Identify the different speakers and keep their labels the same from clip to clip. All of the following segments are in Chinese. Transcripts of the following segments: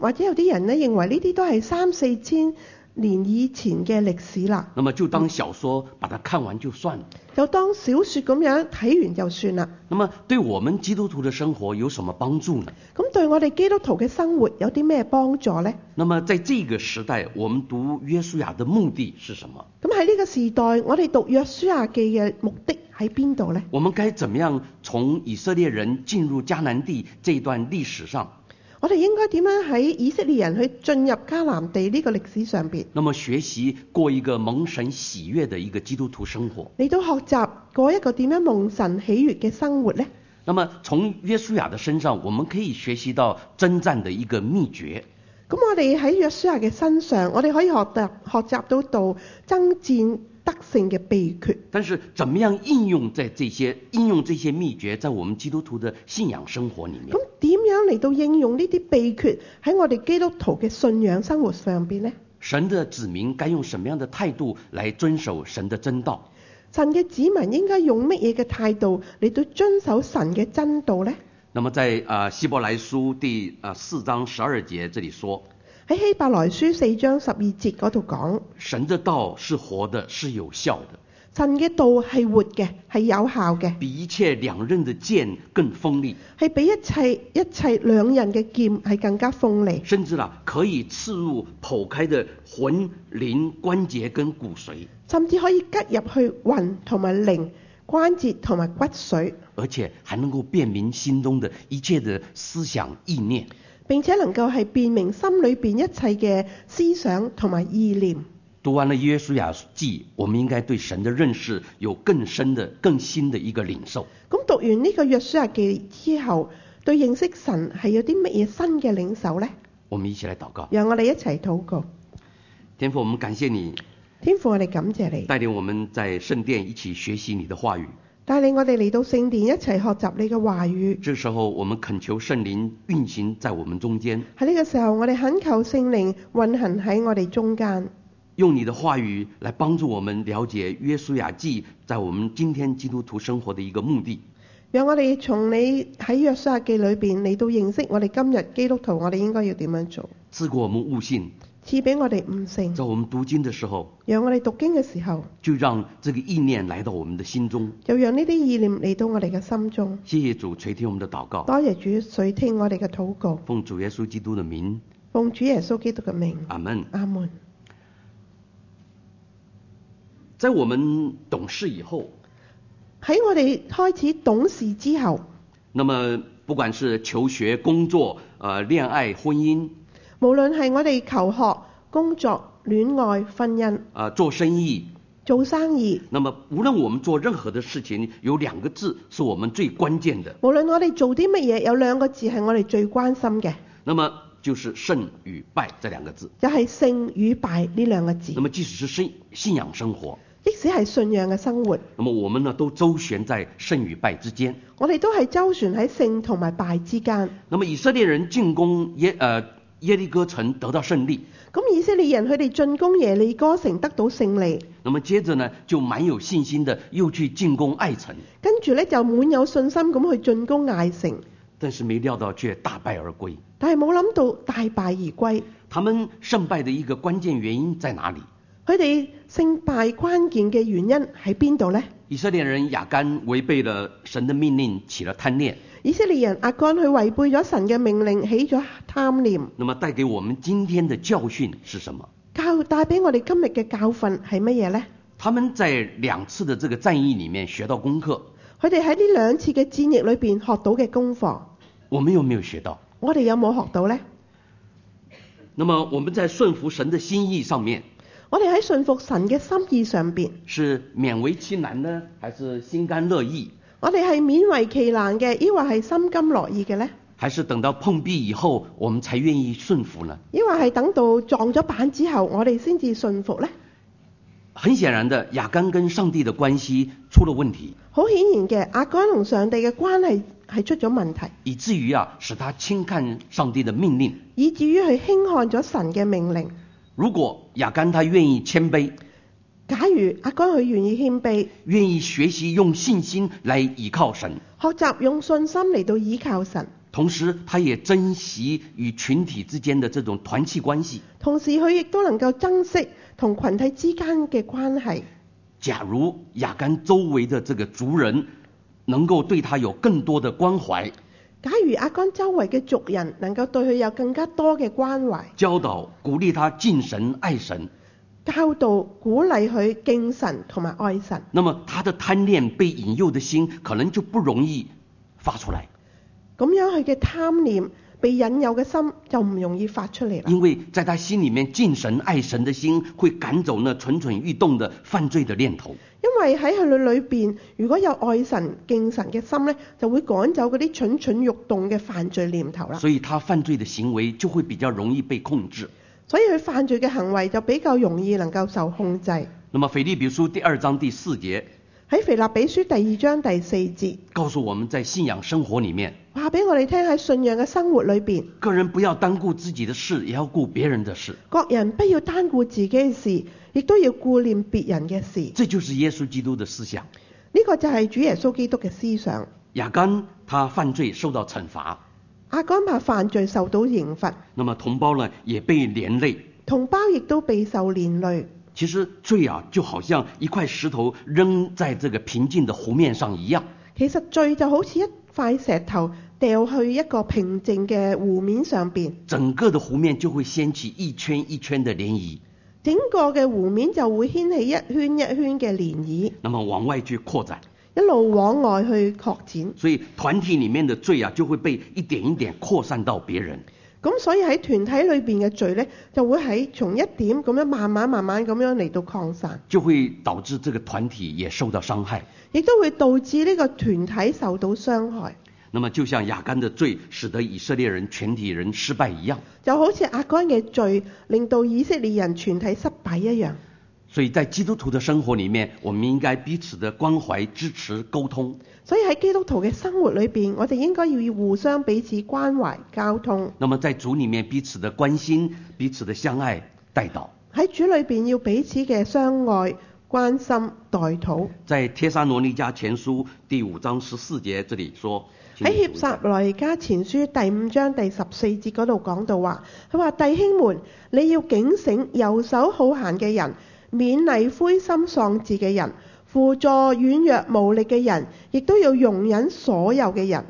Speaker 1: 或者有啲人呢認為呢啲都係三四千年以前嘅歷史啦，
Speaker 2: 那么就当小说把它看完就算了。
Speaker 1: 就當小説咁樣睇完就算啦。
Speaker 2: 那么对我们基督徒的生活有什么帮助呢？
Speaker 1: 咁對我哋基督徒嘅生活有啲咩幫助呢？
Speaker 2: 那么在这个时代，我们读约书亚的目的是什么？
Speaker 1: 咁喺呢個時代，我哋讀約書亞記嘅目的喺邊度呢？
Speaker 2: 我们该怎么样从以色列人进入迦南地这段历史上，
Speaker 1: 我哋應該點樣喺以色列人去進入迦南地呢個歷史上邊，
Speaker 2: 那么学习过一个蒙神喜悦的一个基督徒生活？
Speaker 1: 嚟到學習過一個點樣蒙神喜悦嘅生活呢？
Speaker 2: 那么从约书亚的身上，我们可以学习到征战的一个秘诀。
Speaker 1: 咁我哋喺約書亞嘅身上，我哋可以學習學習到到爭戰得勝嘅秘訣。
Speaker 2: 但是怎么样应用在这些应用这些秘诀，在我们基督徒的信仰生活里面
Speaker 1: 咁？點樣嚟到應用呢啲秘訣喺我哋基督徒嘅信仰生活上邊呢？
Speaker 2: 神的子民该用什么样的态度来遵守神的真道？
Speaker 1: 神嘅子民應該用乜嘢嘅態度嚟到遵守神嘅真道呢？
Speaker 2: 那么在啊、呃希伯来书第啊四章十二节这里说，
Speaker 1: 喺希伯來書四章十二節嗰度講，
Speaker 2: 神的道是活的，是有效的，
Speaker 1: 神嘅道係活嘅，係有效嘅，
Speaker 2: 比一切两刃的剑更锋利，
Speaker 1: 係比一切一切兩刃嘅劍係更加鋒利，
Speaker 2: 甚至啦可以刺入剖开的魂灵关节跟骨髓，
Speaker 1: 甚至可以吉入去魂同埋靈、關節同埋骨髓，
Speaker 2: 而且还能够辨明心中的一切的思想意念。
Speaker 1: 並且能夠係辨明心裏邊一切嘅思想同埋意念。
Speaker 2: 读完了约书亚记，我们应该对神的认识有更深的、更新的一个领受。
Speaker 1: 咁讀完呢個約書亞記之後，對認識神係有啲乜嘢新嘅領受呢？
Speaker 2: 我们一起来祷告，
Speaker 1: 讓我哋一齊禱告。
Speaker 2: 天父，我们感谢你
Speaker 1: 天父，我哋感謝你，
Speaker 2: 带领我们在圣殿一起学习你的话语。
Speaker 1: 帶領我哋嚟到聖殿一齊學習你嘅話語。
Speaker 2: 这时候，我们恳求圣灵运行在我们中间，
Speaker 1: 喺呢個時候，我哋懇求聖靈運行喺我哋中間，
Speaker 2: 用你的话语来帮助我们了解约书亚记在我们今天基督徒生活的一个目的。
Speaker 1: 讓我哋從你喺約書亞記裏邊嚟到認識我哋今日基督徒，我哋應該要點樣做？
Speaker 2: 赐给我们悟性，
Speaker 1: 賜俾我哋悟性，
Speaker 2: 在我們读经的时候，
Speaker 1: 讓我哋讀經嘅時候，
Speaker 2: 就让这个意念来到我们的心中。
Speaker 1: 就讓呢啲意念嚟到我哋嘅心中。
Speaker 2: 谢谢主垂听我们的祷告，
Speaker 1: 多謝主垂聽我哋嘅禱告，
Speaker 2: 奉主耶稣基督的名，
Speaker 1: 奉主耶穌基督嘅名，
Speaker 2: 阿门。
Speaker 1: 阿門。
Speaker 2: 在我们懂事以后，
Speaker 1: 喺我哋開始懂事之後，
Speaker 2: 那么不管是求学、工作、呃恋爱、婚姻、
Speaker 1: 無論係我哋求學、工作、戀愛、婚姻、
Speaker 2: 呃做生意，
Speaker 1: 做生意，
Speaker 2: 那么无论我们做任何的事情，有两个字是我们最关键的，
Speaker 1: 無論我哋做啲乜嘢，有兩個字係我哋最關心嘅，
Speaker 2: 那么就是胜与败这两个字。
Speaker 1: 就係、勝與敗呢兩個字
Speaker 2: 那。么即使是信信仰生活，
Speaker 1: 即使係信仰嘅生活，
Speaker 2: 那么我们呢都周旋在胜与败之间。
Speaker 1: 我哋都係周旋喺勝同埋敗之間。
Speaker 2: 那么以色列人进攻耶呃耶利哥城得到胜利，
Speaker 1: 咁以色列人佢哋進攻耶利哥城得到勝利，
Speaker 2: 那么接着呢就蛮有信心的又去进攻艾城，
Speaker 1: 跟住呢就滿有信心咁去進攻艾城，
Speaker 2: 但是没料到却大败而归。
Speaker 1: 但係冇諗到大敗而歸。
Speaker 2: 他们胜败的一个关键原因在哪里？
Speaker 1: 佢哋勝敗關鍵嘅原因喺邊度呢？
Speaker 2: 以色列人雅干违背了神的命令，起了贪念，
Speaker 1: 以色列人阿干佢違背咗神嘅命令，起咗貪念，
Speaker 2: 那么带给我们今天的教训是什么？
Speaker 1: 教帶俾我哋今日嘅教訓係乜嘢呢？
Speaker 2: 他们在两次的这个战役里面学到功课，
Speaker 1: 佢哋喺呢兩次嘅戰役裏邊學到嘅功課，
Speaker 2: 我们有没有学到？
Speaker 1: 我哋有冇學到呢？
Speaker 2: 那么我们在顺服神的心意上面
Speaker 1: 我哋喺信服神嘅心意上邊，
Speaker 2: 是勉为其难呢，还是心甘乐意？
Speaker 1: 我哋係勉為其難嘅，抑或係心甘樂意嘅呢？
Speaker 2: 还是等到碰壁以后我们才愿意顺服呢？
Speaker 1: 抑或係等到撞咗板之後，我哋先至信服呢？
Speaker 2: 很显然的，雅干跟上帝的关系出了问题，
Speaker 1: 好顯然嘅，阿干同上帝嘅關係係出咗問題，
Speaker 2: 以至于啊使他轻看上帝的命令。
Speaker 1: 以至於佢輕看咗神嘅命令。
Speaker 2: 如果雅干他愿意谦卑，
Speaker 1: 假如阿干佢願意謙卑，
Speaker 2: 愿意学习用信心来倚靠神，
Speaker 1: 學習用信心嚟到倚靠神，
Speaker 2: 同时他也珍惜与群体之间的这种团契关系。
Speaker 1: 同時佢亦都能夠珍惜同群體之間嘅關係。
Speaker 2: 假如雅干周围的这个族人能够对他有更多的关怀、
Speaker 1: 假如阿干周圍嘅族人能夠對佢有更加多嘅關懷、
Speaker 2: 教导、鼓励他敬神爱神，
Speaker 1: 教導、鼓勵佢敬神同埋愛神，
Speaker 2: 那么他的贪恋被引诱的心可能就不容易发出来，
Speaker 1: 咁樣佢嘅貪念被引誘嘅心就唔容易發出嚟啦。
Speaker 2: 因为在他心里面敬神爱神的心会赶走那蠢蠢欲动的犯罪的念头。
Speaker 1: 因為喺佢裏裏邊，如果有愛神敬神嘅心呢，就會趕走嗰啲蠢蠢欲動嘅犯罪念頭啦。
Speaker 2: 所以他犯罪的行为就会比较容易被控制。
Speaker 1: 所以佢犯罪嘅行為就比較容易能夠受控制。
Speaker 2: 那么《腓立比书》第二章第四节
Speaker 1: 喺腓立比書第二章第四節
Speaker 2: 告诉我们在信仰生活里面，
Speaker 1: 話俾我哋聽喺信仰嘅生活裏邊，
Speaker 2: 个人不要单顾自己的事，也要顾别人的事。
Speaker 1: 各人不要單顧自己嘅事，亦都要顧念別人嘅事。呢、
Speaker 2: 这就是耶稣基督的思想。
Speaker 1: 個就係主耶穌基督嘅思想。
Speaker 2: 雅干他犯罪受到惩罚，
Speaker 1: 阿干怕犯罪受到刑罰，
Speaker 2: 那么同胞呢也被连累。
Speaker 1: 同胞亦都备受連累。
Speaker 2: 其实罪啊，就好像一块石头扔在这个平静的湖面上一样，
Speaker 1: 其實罪就好似一塊石頭掉去一個平靜嘅湖面上邊，
Speaker 2: 整个的湖面就会掀起一圈一圈的涟漪，
Speaker 1: 整個嘅湖面就會掀起一圈一圈嘅漣漪，
Speaker 2: 那么往外去扩展。
Speaker 1: 一路往外去擴展。
Speaker 2: 所以团体里面的罪啊，就会被一点一点扩散到别人。
Speaker 1: 咁所以喺團體裏邊嘅罪呢，就會喺從一點咁樣慢慢慢慢咁樣嚟到擴散，
Speaker 2: 就会导致这个團体也受到伤害。
Speaker 1: 亦都會導致呢個團體受到傷害，
Speaker 2: 那么就像雅干的罪使得以色列人全体人失败一样，
Speaker 1: 就好似阿干嘅罪令到以色列人全體失敗一樣。
Speaker 2: 所以在基督徒的生活里面，我们应该彼此的关怀、支持、沟通。
Speaker 1: 所以喺基督徒嘅生活裏邊，我哋應該要互相彼此關懷、交通。
Speaker 2: 那么在主里面彼此的关心、彼此的相爱、带导。
Speaker 1: 喺主裏邊要彼此嘅相愛、關心、代禱。
Speaker 2: 在帖撒罗尼迦前书第五章十四节这里说，请
Speaker 1: 喺
Speaker 2: 你
Speaker 1: 協
Speaker 2: 读一
Speaker 1: 撒
Speaker 2: 下
Speaker 1: 羅尼加前書第五章第十四節嗰度講到話，佢話弟兄們，你要警醒遊手好閒嘅人，勉勵灰心喪志嘅人，輔助軟弱無力嘅人，亦都要容忍所有嘅人。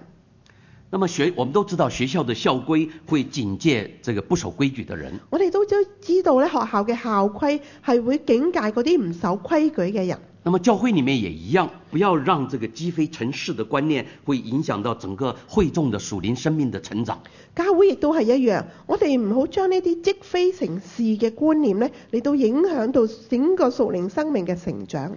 Speaker 2: 那么学我们都知道学校的校规会警戒这个不守规矩的人，
Speaker 1: 我哋都知知道咧，學校嘅校規係會警戒嗰啲唔守規矩嘅人。
Speaker 2: 那么教会里面也一样，不要让这个鸡飞城市的观念会影响到整个会众的属灵生命的成长。
Speaker 1: 教會亦都係一樣，我哋唔好將呢啲積非成是嘅觀念咧，嚟到影響到整個屬靈生命嘅成長。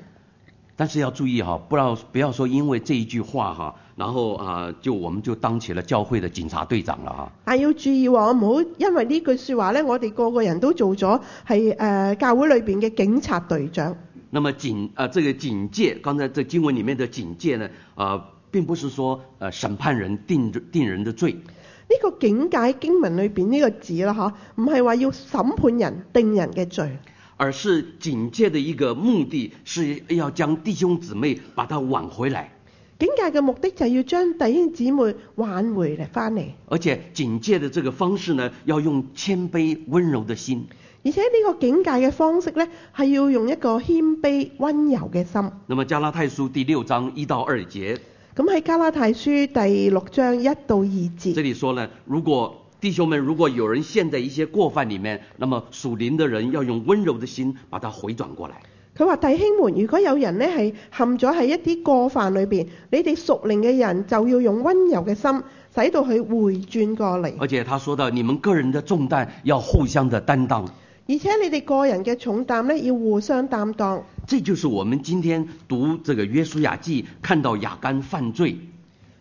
Speaker 2: 但是要注意哈，不要不要说因为这一句话哈，然后啊就我们就当起了教会的警察队长了哈。
Speaker 1: 但要注意喎，唔好因為呢句説話咧，我哋個個人都做咗係誒教會裏邊嘅警察隊長。
Speaker 2: 那么警啊、这个警戒，刚才这经文里面的警戒呢，啊，并不是说呃审判人定定人的罪，
Speaker 1: 呢、個警戒經文裏邊呢個字啦，嚇，唔係話要審判人、定人嘅罪，
Speaker 2: 而是警戒的一个目的是要将弟兄姊妹把他挽回来。
Speaker 1: 警戒嘅目的就係要將弟兄姊妹挽回嚟翻嚟，
Speaker 2: 而且警戒的这个方式呢，要用谦卑温柔的心。
Speaker 1: 而且呢個警戒嘅方式咧係要用一個謙卑温柔嘅心。
Speaker 2: 那么加拉太书第六章一到二节，
Speaker 1: 咁喺加拉太書第六章一到二
Speaker 2: 这
Speaker 1: 節，
Speaker 2: 里说呢，如果弟兄们，如果有人陷在一些过犯里面，那么属灵的人要用温柔的心把它回转过来。
Speaker 1: 佢話：弟兄們，如果有人呢係陷咗喺一啲過犯裏邊，你哋屬靈嘅人就要用温柔嘅心，使到佢回轉過嚟。
Speaker 2: 而且他说到，你们个人的重担要互相的担当，
Speaker 1: 而且你哋個人嘅重擔呢，要互相擔當。
Speaker 2: 这就是我们今天读这个约书亚记看到亚干犯罪，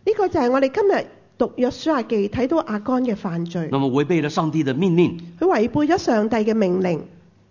Speaker 1: 呢、個就係我哋今日讀約書亞記睇到阿干嘅犯罪，
Speaker 2: 那么违背了上帝的命令，
Speaker 1: 佢違背咗上帝嘅命令。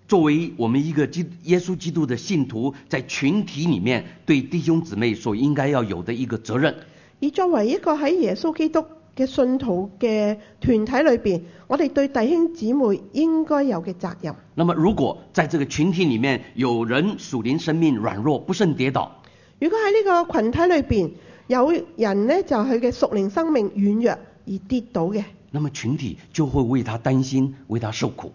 Speaker 2: 作为我们一个基耶稣基督的信徒，在群体里面对弟兄姊妹所应该要有的一个责任。
Speaker 1: 而作為一個喺耶穌基督嘅信徒嘅團體裏邊，我哋對弟兄姊妹應該有嘅責任。
Speaker 2: 那么，如果在这个群体里面有人属灵生命软弱、不慎跌倒，
Speaker 1: 如果喺呢個群體裏邊有人呢，就佢嘅屬靈生命軟弱，而跌倒嘅。
Speaker 2: 那么群体就会为他担心，为他受苦。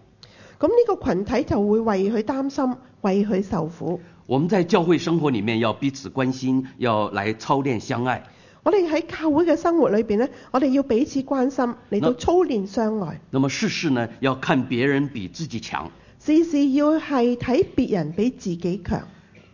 Speaker 1: 咁呢個群體就會為佢擔心，為佢受苦。
Speaker 2: 我们在教会生活里面要彼此关心，要来操练相爱。
Speaker 1: 我哋喺教會嘅生活裏邊呢，我哋要彼此關心，嚟到
Speaker 2: 嗱
Speaker 1: 操練相愛。
Speaker 2: 那么事事呢，要看别人比自己强。
Speaker 1: 事事要係睇別人比自己強。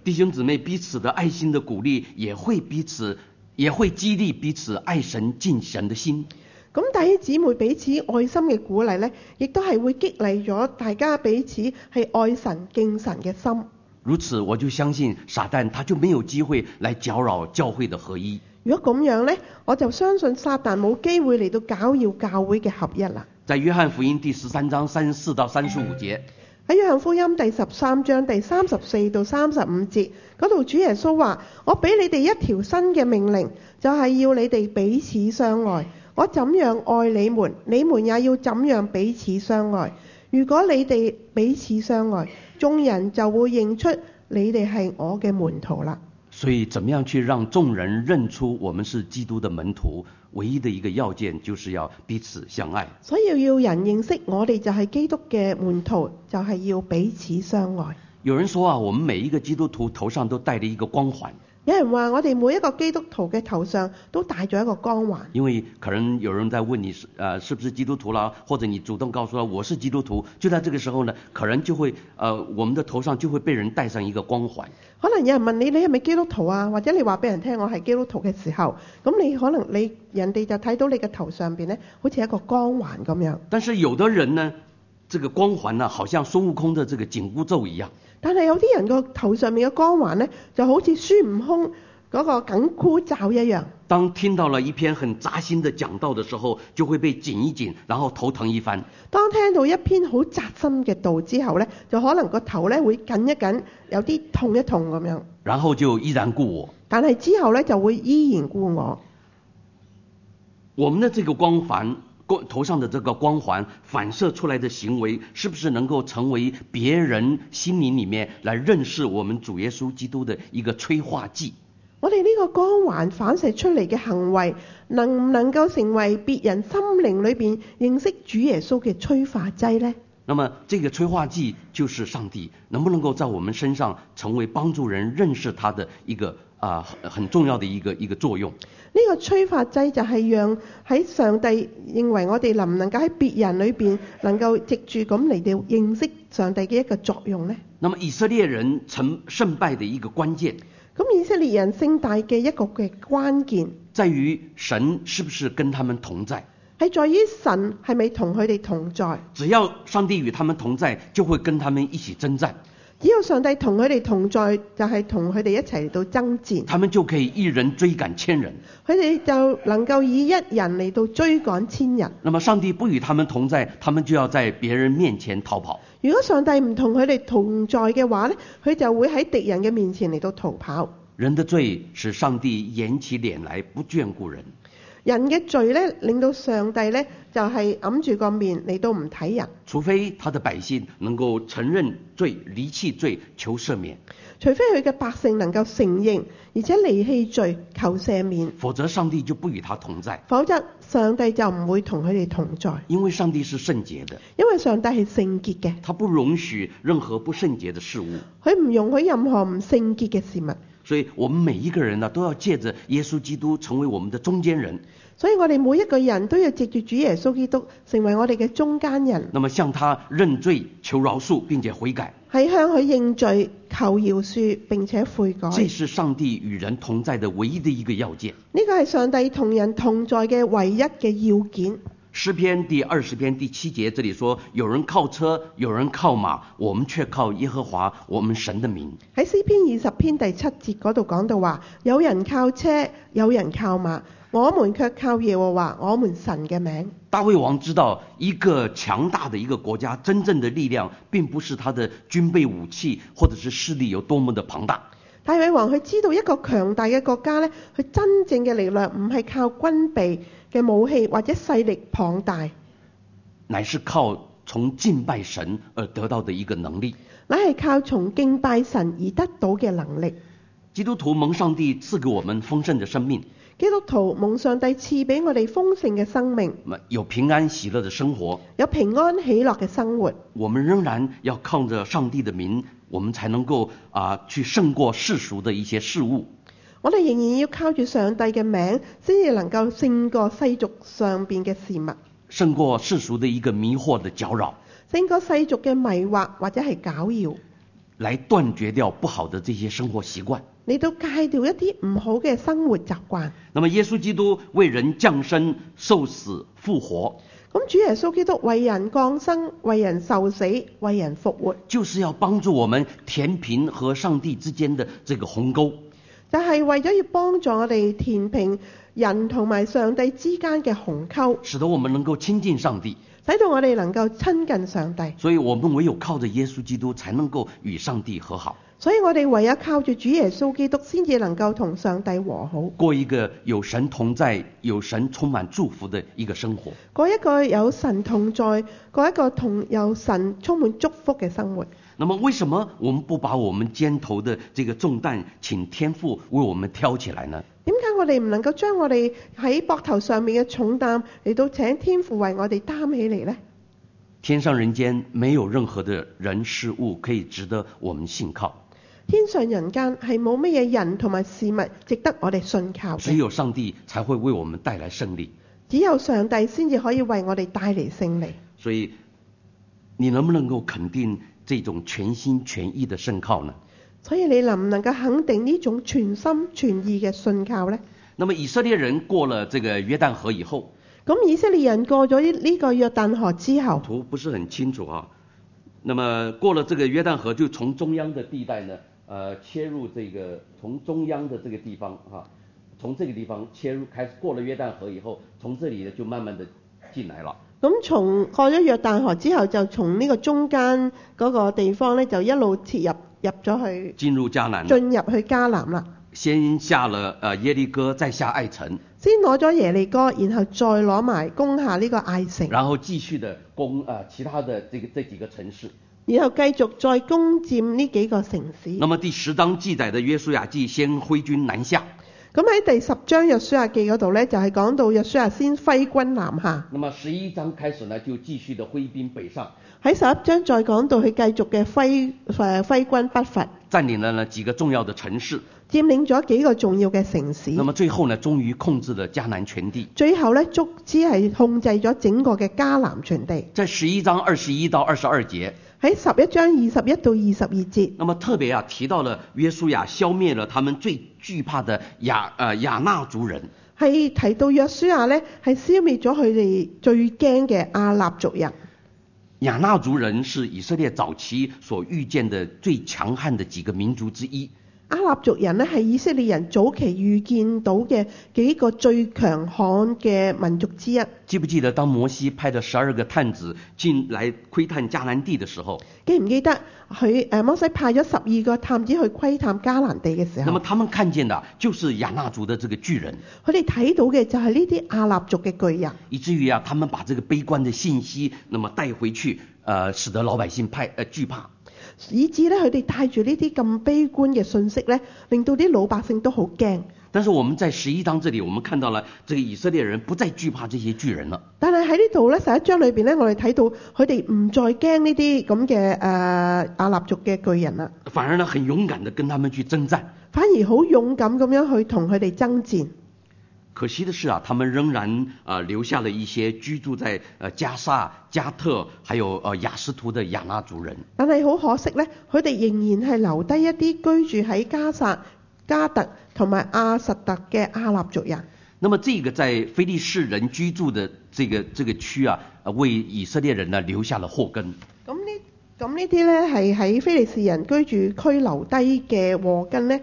Speaker 2: 弟兄姊妹彼此的爱心的鼓励，也会彼此，也会激励彼此爱神敬神的心。
Speaker 1: 咁弟兄姊妹彼此愛心嘅鼓勵呢，亦都係會激勵咗大家彼此係愛神敬神嘅心。
Speaker 2: 如此，我就相信撒旦他就没有机会来搅扰教会的合一。
Speaker 1: 如果咁樣呢，我就相信撒旦冇機會嚟到搞擾教會嘅合一啦。
Speaker 2: 在约翰福音第十三章三十四到三十五节，
Speaker 1: 喺約翰福音第十三章第三十四到三十五節嗰度，主耶穌話：我俾你哋一條新嘅命令，就係、要你哋彼此相愛。我怎樣愛你們，你們也要怎樣彼此相愛。如果你哋彼此相愛，眾人就會認出你哋係我嘅門徒啦。
Speaker 2: 所以怎么样去让众人认出我们是基督的门徒？唯一的一个要件就是要彼此相爱。
Speaker 1: 所以要人認識我哋就係基督嘅門徒，就係、要彼此相愛。
Speaker 2: 有人说啊，我们每一个基督徒头上都戴着一个光环，
Speaker 1: 有人話：我哋每一個基督徒嘅頭上都戴咗一個光環。
Speaker 2: 因为可能有人在问你是呃是不是基督徒啦，或者你主动告诉他我是基督徒，就在这个时候呢，可能就会呃我们的头上就会被人戴上一个光环。
Speaker 1: 可能有人問你你係咪基督徒啊？或者你話俾人聽我係基督徒嘅時候，咁你可能你人哋就睇到你嘅頭上邊咧，好似一個光環咁樣。
Speaker 2: 但是有的人呢，这个光环呢，好像孙悟空的这个紧箍咒一样，
Speaker 1: 但係有啲人個頭上面嘅光環咧，就好似孫悟空嗰個緊箍罩一樣。
Speaker 2: 当听到了一篇很扎心的讲道的时候，就会被紧一紧，然后头疼一番。
Speaker 1: 當聽到一篇好扎心嘅道之後咧，就可能個頭咧會緊一緊，有啲痛一痛咁樣。
Speaker 2: 然后就依然故我。
Speaker 1: 但係之後咧就會依然故我。
Speaker 2: 我们的这个光环，光头上的这个光环反射出来的行为，是不是能够成为别人心灵里面来认识我们主耶稣基督的一个催化剂？
Speaker 1: 我哋呢個光環反射出嚟嘅行為，能唔能夠成為別人心靈裏邊認識主耶穌嘅催化劑呢？
Speaker 2: 那么这个催化剂就是上帝，能不能够在我们身上成为帮助人认识他的一个啊、很很重要的一个一个作用？
Speaker 1: 呢、個催化劑就係讓喺上帝認為我哋能唔能夠喺別人裏邊能夠藉住咁嚟到認識上帝嘅一個作用呢？
Speaker 2: 那么以色列人成胜败的一个关键，
Speaker 1: 咁以色列人聖大嘅一個嘅關鍵
Speaker 2: 在于神是不是跟他们同在。
Speaker 1: 係在於神係咪同佢哋同在？
Speaker 2: 只要上帝与他们同在，就会跟他们一起征战，
Speaker 1: 只要上帝同佢哋同在，就係同佢哋一齊嚟到爭戰。
Speaker 2: 他们就可以一人追赶千人。
Speaker 1: 佢哋就能夠以一人嚟到追趕千人。
Speaker 2: 那么上帝不与他们同在，他们就要在别人面前逃跑。
Speaker 1: 如果上帝唔同佢哋同在嘅話呢佢就會喺敵人嘅面前嚟到逃跑。
Speaker 2: 人的罪使上帝掩起脸来不眷顾人，
Speaker 1: 人嘅罪呢，令到上帝呢就係揞住個面嚟到唔睇人，
Speaker 2: 除非他的百姓能够承认罪、离弃罪、求赦免，
Speaker 1: 除非佢嘅百姓能夠承認，而且離棄罪求赦免，
Speaker 2: 否則上帝就不与他同在。
Speaker 1: 否則上帝就唔會同佢哋同在，
Speaker 2: 因为上帝是圣洁的，
Speaker 1: 因為上帝係聖潔嘅，
Speaker 2: 他不容许任何不圣洁的事物。
Speaker 1: 佢唔容許任何唔聖潔嘅事物。
Speaker 2: 所以我们每一个人呢，都要借着耶稣基督成为我们的中间人，
Speaker 1: 所以我哋每一個人都要藉住主耶穌基督成為我哋嘅中間人，
Speaker 2: 那么向他认罪、求饶恕，并且悔改，
Speaker 1: 係向佢認罪、求饒恕並且悔改。
Speaker 2: 这是上帝与人同在的唯一的一个要件。
Speaker 1: 呢個係上帝同人同在嘅唯一嘅要件。
Speaker 2: 诗篇第二十篇第七节这里说：“有人靠车，有人靠马，我们却靠耶和华我们神的名。
Speaker 1: 喺詩篇二十篇第七節嗰度講到話：有人靠車，有人靠馬，我們卻靠耶和華我們神嘅名。”
Speaker 2: 大卫王知道，一个强大的一个国家，真正的力量并不是他的军备武器或者是势力有多么的庞大，
Speaker 1: 大衛王佢知道一個強大嘅國家呢，佢真正嘅力量唔係靠軍備嘅武器或者勢力龐大，
Speaker 2: 乃是靠从敬拜神而得到的一个能力。
Speaker 1: 乃係靠從敬拜神而得到嘅能力。
Speaker 2: 基督徒蒙上帝赐给我们丰盛的生命，
Speaker 1: 基督徒蒙上帝賜俾我哋豐盛嘅生命，
Speaker 2: 那么有平安喜乐的生活，
Speaker 1: 有平安喜樂嘅生活。
Speaker 2: 我们仍然要靠着上帝的名，我们才能够啊、去胜过世俗的一些事物。
Speaker 1: 我哋仍然要靠住上帝嘅名，先至能夠勝過世俗上邊嘅事物，
Speaker 2: 胜过世俗的一个迷惑的搅扰，
Speaker 1: 勝過世俗嘅迷惑或者係攪擾。
Speaker 2: 来断绝掉不好的这些生活习惯。
Speaker 1: 你都戒掉一啲唔好嘅生活習慣。
Speaker 2: 那么，耶稣基督为人降生、受死、复活，
Speaker 1: 咁主耶穌基督為人降生，為人受死，為人復活，
Speaker 2: 就是要帮助我们填平和上帝之间的这个鸿沟。
Speaker 1: 就係、為咗要幫助我哋填平人同埋上帝之間嘅鴻溝，
Speaker 2: 使得我们能够亲近上帝。
Speaker 1: 使到我哋能夠親近上帝。
Speaker 2: 所以我们唯有靠着耶稣基督，才能够与上帝和好，
Speaker 1: 所以我哋唯有靠住主耶穌基督，先至能夠同上帝和好，
Speaker 2: 过一个有神同在、有神充满祝福的一个生活。
Speaker 1: 過一個有神同在，過一個同有神充滿祝福嘅生活。
Speaker 2: 那么，为什么我们不把我们肩头的这个重担，请天父为我们挑起来呢？
Speaker 1: 點解我哋唔能夠將我哋喺膊頭上面嘅重擔嚟到請天父為我哋擔起嚟呢？
Speaker 2: 天上人间没有任何的人事物可以值得我们信靠，
Speaker 1: 天上人間係冇乜嘢人同埋事物值得我哋信靠
Speaker 2: 只
Speaker 1: 嘅，
Speaker 2: 有上帝才会为我们带来胜利。
Speaker 1: 只有上帝先至可以為我哋帶嚟勝利。
Speaker 2: 所以，你能不能够肯定这种全心全意的信靠呢？
Speaker 1: 所以你能唔能夠肯定呢種全心全意嘅信靠呢？
Speaker 2: 那么以色列人过了这个约旦河以后，
Speaker 1: 咁以色列人過咗呢個約旦河之後，
Speaker 2: 图不是很清楚啊。那么过了这个约旦河，就从中央的地带呢，呃，切入这个从中央的这个地方哈、从这个地方切入开始过了约旦河以后，从这里呢就慢慢的进来了。
Speaker 1: 咁從過咗約旦河之後，就從呢個中間嗰個地方呢，就一路切入入咗去，
Speaker 2: 进入迦南，
Speaker 1: 進入去迦南啦。
Speaker 2: 先下了呃耶利哥，再下艾城，
Speaker 1: 先攞咗耶利哥，然後再攞埋攻下呢個艾城，
Speaker 2: 然后继续的攻呃其他的这个这几个城市。
Speaker 1: 然後繼續再攻佔呢幾個城市。
Speaker 2: 那么第十章记载的约书亚记先挥军南下，
Speaker 1: 咁喺第十章約書亞記嗰度呢，就係、講到約書亞先揮軍南下；
Speaker 2: 那么十一章开始呢就继续的挥兵北上，
Speaker 1: 喺十一章再講到佢繼續嘅揮誒揮軍北伐，
Speaker 2: 占领了呢几个重要的城市。
Speaker 1: 佔領咗幾個重要嘅城市
Speaker 2: 那。么最后呢，终于控制了迦南全地。
Speaker 1: 最後呢，足之係控制咗整個嘅迦南全地。
Speaker 2: 在十一章二十一到二十二节，
Speaker 1: 喺十一章二十一到二十二節，
Speaker 2: 那么特别啊提到了约书亚消灭了他们最惧怕的亚呃亚纳族人，
Speaker 1: 係提到約書亞呢，係消滅咗佢哋最驚嘅亞納族人。
Speaker 2: 亚纳族人是以色列早期所遇见的最强悍的几个民族之一。
Speaker 1: 亞納族人呢，係以色列人早期遇見到嘅幾個最強悍嘅民族之一。
Speaker 2: 记不记得当摩西派的十二个探子进来窥探迦南地的时候，
Speaker 1: 記唔記得佢誒摩西派咗十二個探子去窺探迦南地嘅時
Speaker 2: 那么
Speaker 1: 候，
Speaker 2: 他们看见的啊就是亚纳族的这个巨人，
Speaker 1: 佢哋睇到嘅就係呢啲亞納族嘅巨人，
Speaker 2: 以至于啊他们把这个悲观的信息那么带回去，呃，使得老百姓派呃惧怕。
Speaker 1: 以致咧佢哋帶住呢啲咁悲觀嘅信息咧，令到啲老百姓都好驚。
Speaker 2: 但是我们在十一章这里，我们看到了这个以色列人不再惧怕这些巨人了。
Speaker 1: 但係喺呢度咧，十一章裏邊咧，我哋睇到佢哋唔再驚呢啲咁嘅誒呃亞納族嘅巨人啦，
Speaker 2: 反而呢，很勇敢的跟他们去征战。
Speaker 1: 反而好勇敢咁樣去同佢哋爭戰。
Speaker 2: 可惜的是啊，他们仍然啊、呃留下了一些居住在呃加萨、加特还有呃雅斯图的亚拉族人。
Speaker 1: 但係好可惜咧，佢哋仍然係留低一啲居住喺加薩、加特同埋亞實特嘅亞納族人。
Speaker 2: 那么这个在非利士人居住的这个这个区啊，呃为以色列人呢留下了祸根。
Speaker 1: 咁呢咁呢啲呢，係喺非利士人居住區留低嘅禍根呢，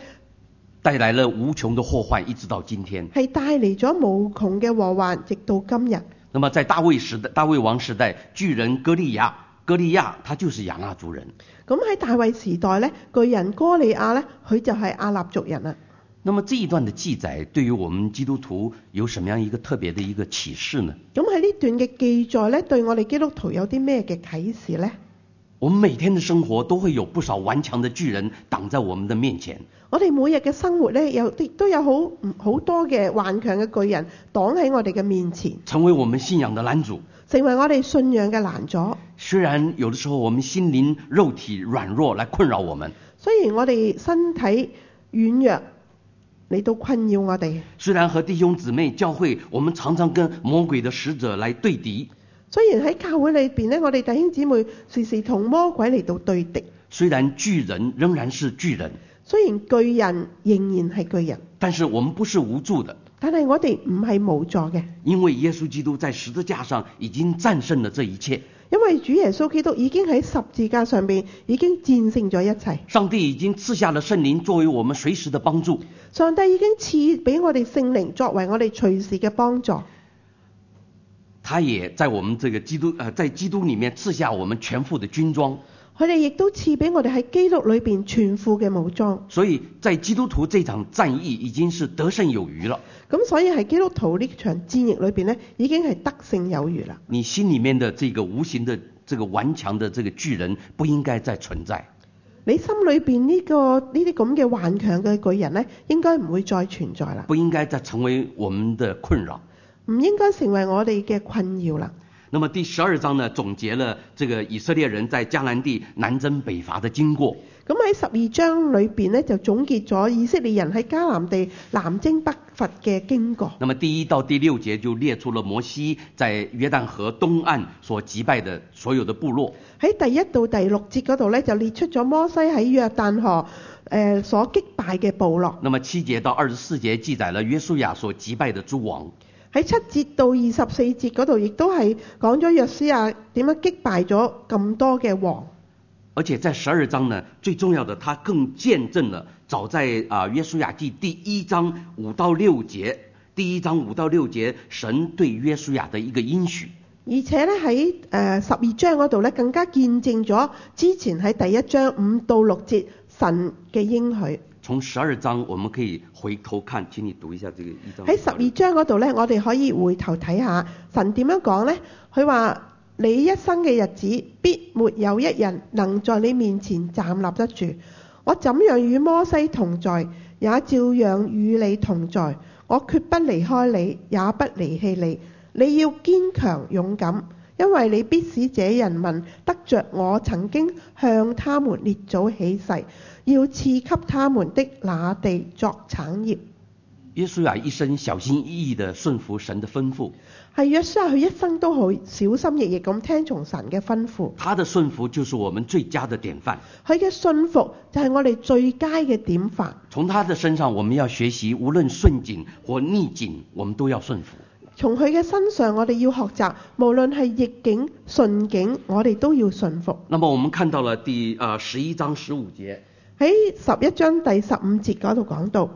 Speaker 2: 带来了无穷的祸患，一直到今天。
Speaker 1: 係帶嚟咗無窮嘅禍患，直到今日。
Speaker 2: 那么在大卫时代、大卫王时代，巨人歌利亚，歌利亚他就是亚纳族人。
Speaker 1: 咁喺大衛時代呢，巨人哥利亞呢，佢就係亞納族人啦。啊
Speaker 2: 那么这一段的记载，对于我们基督徒有什么样一个特别的一个启示呢？
Speaker 1: 咁喺呢段嘅記載呢，對我哋基督徒有啲咩嘅啟示呢？
Speaker 2: 我们每天的生活都会有不少顽强的巨人挡在我们的面前，
Speaker 1: 我哋每日嘅生活呢，有啲都有好唔好多嘅頑強嘅巨人擋喺我哋嘅面前，
Speaker 2: 成为我们信仰的拦阻。
Speaker 1: 成為我哋信仰嘅攔阻。
Speaker 2: 虽然有的时候我们心灵、肉体软弱来困扰我们，
Speaker 1: 雖然我哋身體軟弱，你都困擾我哋。
Speaker 2: 虽然和弟兄姊妹、教会，我们常常跟魔鬼的使者来对敌，
Speaker 1: 雖然喺教會裏邊呢，我哋弟兄姊妹時時同魔鬼嚟到對敵，
Speaker 2: 虽然巨人仍然是巨人，
Speaker 1: 雖然巨人仍然係巨人，
Speaker 2: 但是我们不是无助的，
Speaker 1: 但係我哋唔係無助嘅，
Speaker 2: 因为耶稣基督在十字架上已经战胜了这一切，
Speaker 1: 因為主耶穌基督已經喺十字架上邊已經戰勝咗一切。
Speaker 2: 上帝已经赐下了圣灵作为我们随时的帮助。
Speaker 1: 上帝已經賜俾我哋聖靈作為我哋隨時嘅幫助，
Speaker 2: 他也在我们这个基督呃，在基督里面赐下我们全副的军装，
Speaker 1: 佢哋亦都賜俾我哋喺基督裏邊全副嘅武裝。
Speaker 2: 所以在基督徒这场战役已经是得胜有余了。
Speaker 1: 咁所以喺基督徒呢場戰役裏邊呢，已經係得勝有餘啦。
Speaker 2: 你心里面的这个无形的这个顽强的这个巨人不应该再存在。
Speaker 1: 你心裏邊呢個呢啲咁嘅頑強嘅巨人呢，應該唔會再存在啦，
Speaker 2: 不应该再成为我们的困扰。
Speaker 1: 唔應該成為我哋嘅困擾啦。
Speaker 2: 那么第十二章呢，总结了这个以色列人在迦南地南征北伐的经过。
Speaker 1: 咁喺十二章裏邊呢，就總結咗以色列人喺迦南地南征北伐嘅經過。
Speaker 2: 那么第一到第六节就列出了摩西在约旦河东岸所击败的所有的部落。
Speaker 1: 喺第一到第六節嗰度咧，就列出咗摩西喺約旦河誒、呃所擊敗嘅部落；
Speaker 2: 那么七节到二十四节记载了约书亚所击败的诸王。
Speaker 1: 喺七節到二十四節嗰度，亦都係講咗約書亞點樣擊敗咗咁多嘅王。
Speaker 2: 而且在十二章呢，最重要的，他更见证了早在啊、约书亚记第一章五到六节，第一章五到六节神对约书亚的一个应许。
Speaker 1: 而且咧喺誒十二章嗰度咧，更加見證咗之前喺第一章五到六節神嘅應許。
Speaker 2: 从十二章我们可以回头看，请你读一下这个一章。
Speaker 1: 喺十二章嗰度呢，我哋可以回頭睇下神點樣講呢？佢話：你一生嘅日子，必沒有一人能在你面前站立得住。我怎樣與摩西同在，也照樣與你同在。我決不離開你，也不離棄你。你要堅強勇敢，因為你必使這人民得着我曾經向他們列祖起誓，要賜給他們的那地作產業。
Speaker 2: 约书啊亚一生小心翼翼地顺服神的吩咐，
Speaker 1: 係約書亞，佢一生都好小心翼翼咁聽從神嘅吩咐，
Speaker 2: 他的顺服就是我们最佳的典范。
Speaker 1: 佢嘅信服就係我哋最佳嘅典範。
Speaker 2: 从他的身上，我们要学习，无论顺境或逆境，我们都要顺服。
Speaker 1: 從佢嘅身上，我哋要學習，無論係逆境、順境，我哋都要信服。
Speaker 2: 那么我们看到了第呃十一章十五节，
Speaker 1: 喺十一章第十五節嗰度講到，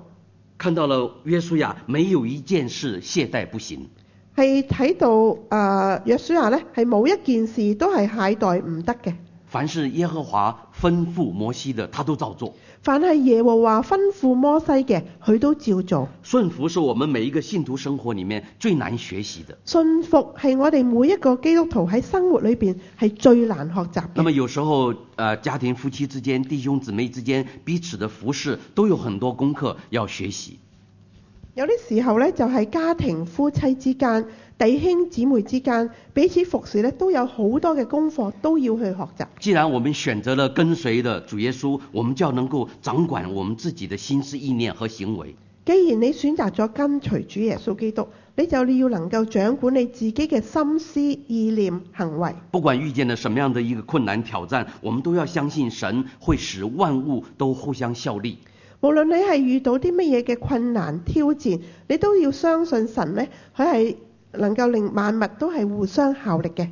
Speaker 2: 看到了约书亚没有一件事懈怠不行，
Speaker 1: 係睇到誒、呃、約書亞呢係冇一件事都係懈怠唔得嘅，
Speaker 2: 凡是耶和华吩咐摩西的，他都照做。
Speaker 1: 凡係耶和華吩咐摩西嘅，佢都照做。
Speaker 2: 顺服是我们每一个信徒生活里面最难学习的。
Speaker 1: 信服係我哋每一個基督徒喺生活裏邊係最難學習
Speaker 2: 那
Speaker 1: 嘅
Speaker 2: 么。有时候，呃，家庭、夫妻之间、弟兄姊妹之间彼此的服侍，都有很多功课要学习。
Speaker 1: 有啲時候咧，就係、家庭、夫妻之間、弟兄姊妹之間，彼此服侍咧，都有好多嘅功課都要去學習。
Speaker 2: 既然我们选择了跟随的主耶稣，我们就要能够掌管我们自己的心思意念和行为。
Speaker 1: 既然你選擇咗跟隨主耶穌基督，你就要能夠掌管你自己嘅心思、意念、行為。
Speaker 2: 不管遇见了什么样的一个困难挑战，我们都要相信神会使万物都互相效力。
Speaker 1: 無論你係遇到啲乜嘢嘅困難挑戰，你都要相信神咧，佢係能夠令萬物都係互相效力嘅，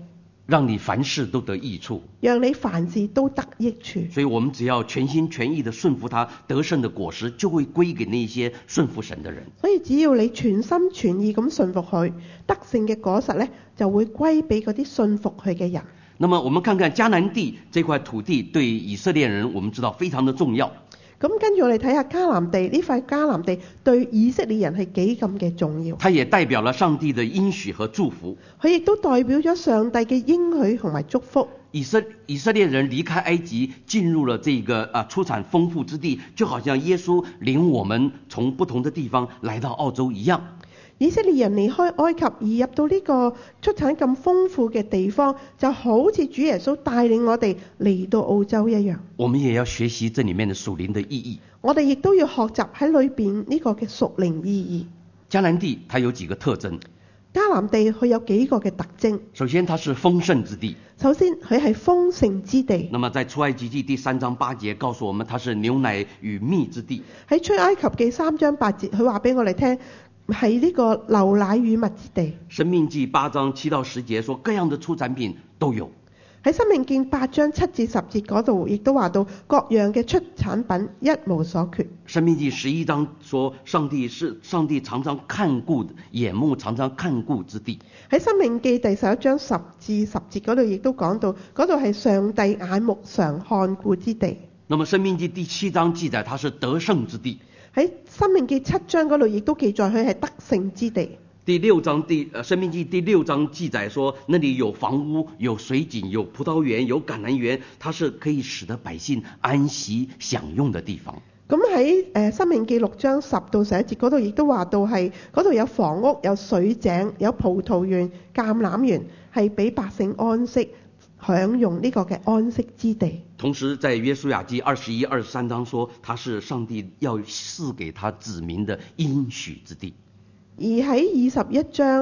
Speaker 2: 让你凡事都得益处，
Speaker 1: 讓你凡事都得益處。
Speaker 2: 所以我们只要全心全意的顺服他，得胜的果实就会归给那些顺服神的人。
Speaker 1: 所以只要你全心全意咁信服佢，德性嘅果實呢就會歸俾嗰啲信服佢嘅人。
Speaker 2: 那么我们看看迦南地这块土地对以色列人，我们知道非常的重要。
Speaker 1: 咁跟住我哋睇下迦南地呢塊迦南地對以色列人係幾咁嘅重要，
Speaker 2: 它也代表了上帝的应许和祝福。
Speaker 1: 佢亦都代表咗上帝嘅應許同埋祝福。
Speaker 2: 以色以色列人离开埃及，进入了这个啊出产丰富之地，就好像耶稣领我们从不同的地方来到澳洲一样。
Speaker 1: 以色列人離開埃及而入到呢個出產咁豐富嘅地方，就好似主耶穌帶領我哋嚟到澳洲一樣。
Speaker 2: 我们也要学习这里面的属灵的意义。
Speaker 1: 我哋亦都要學習喺裏邊呢個嘅屬靈意
Speaker 2: 迦南地它有几个特征，
Speaker 1: 義。迦南地佢有幾個嘅特徵，
Speaker 2: 首先它是丰盛之地，
Speaker 1: 首先佢係豐盛之地，
Speaker 2: 那么在出埃及记第三章八节告诉我们，它是牛奶与蜜之地。
Speaker 1: 喺出埃及記三章八節，佢話俾我哋聽係呢個流奶與蜜之地。
Speaker 2: 生命记八章七到十节说，各样的出产品都有。
Speaker 1: 喺《生命見》八章七至十節嗰度，亦都話到各樣嘅出產品一無所缺。
Speaker 2: 生命记十一章说，上帝是上帝常常看顾的，眼目常常看顾之地。
Speaker 1: 喺《生命記》第十一章十至十節嗰度，亦都講到嗰度係上帝眼目常看顧之地。
Speaker 2: 那么生命记第七章记载它是得胜之地，
Speaker 1: 喺《生命記》七章嗰度，亦都記載佢係得勝之地。
Speaker 2: 第六章第呃生命记第六章记载说，那里有房屋、有水井、有葡萄园、有橄榄园，它是可以使得百姓安息享用的地方。
Speaker 1: 咁喺誒《生命記》六章十到十一節嗰度，亦都話到係嗰度有房屋、有水井、有葡萄園、橄欖園，係俾百姓安息享用呢個嘅安息之地。
Speaker 2: 同时，在约书亚记二十一、二十三章说，它是上帝要赐给他子民的应许之地。
Speaker 1: 而喺二十一章、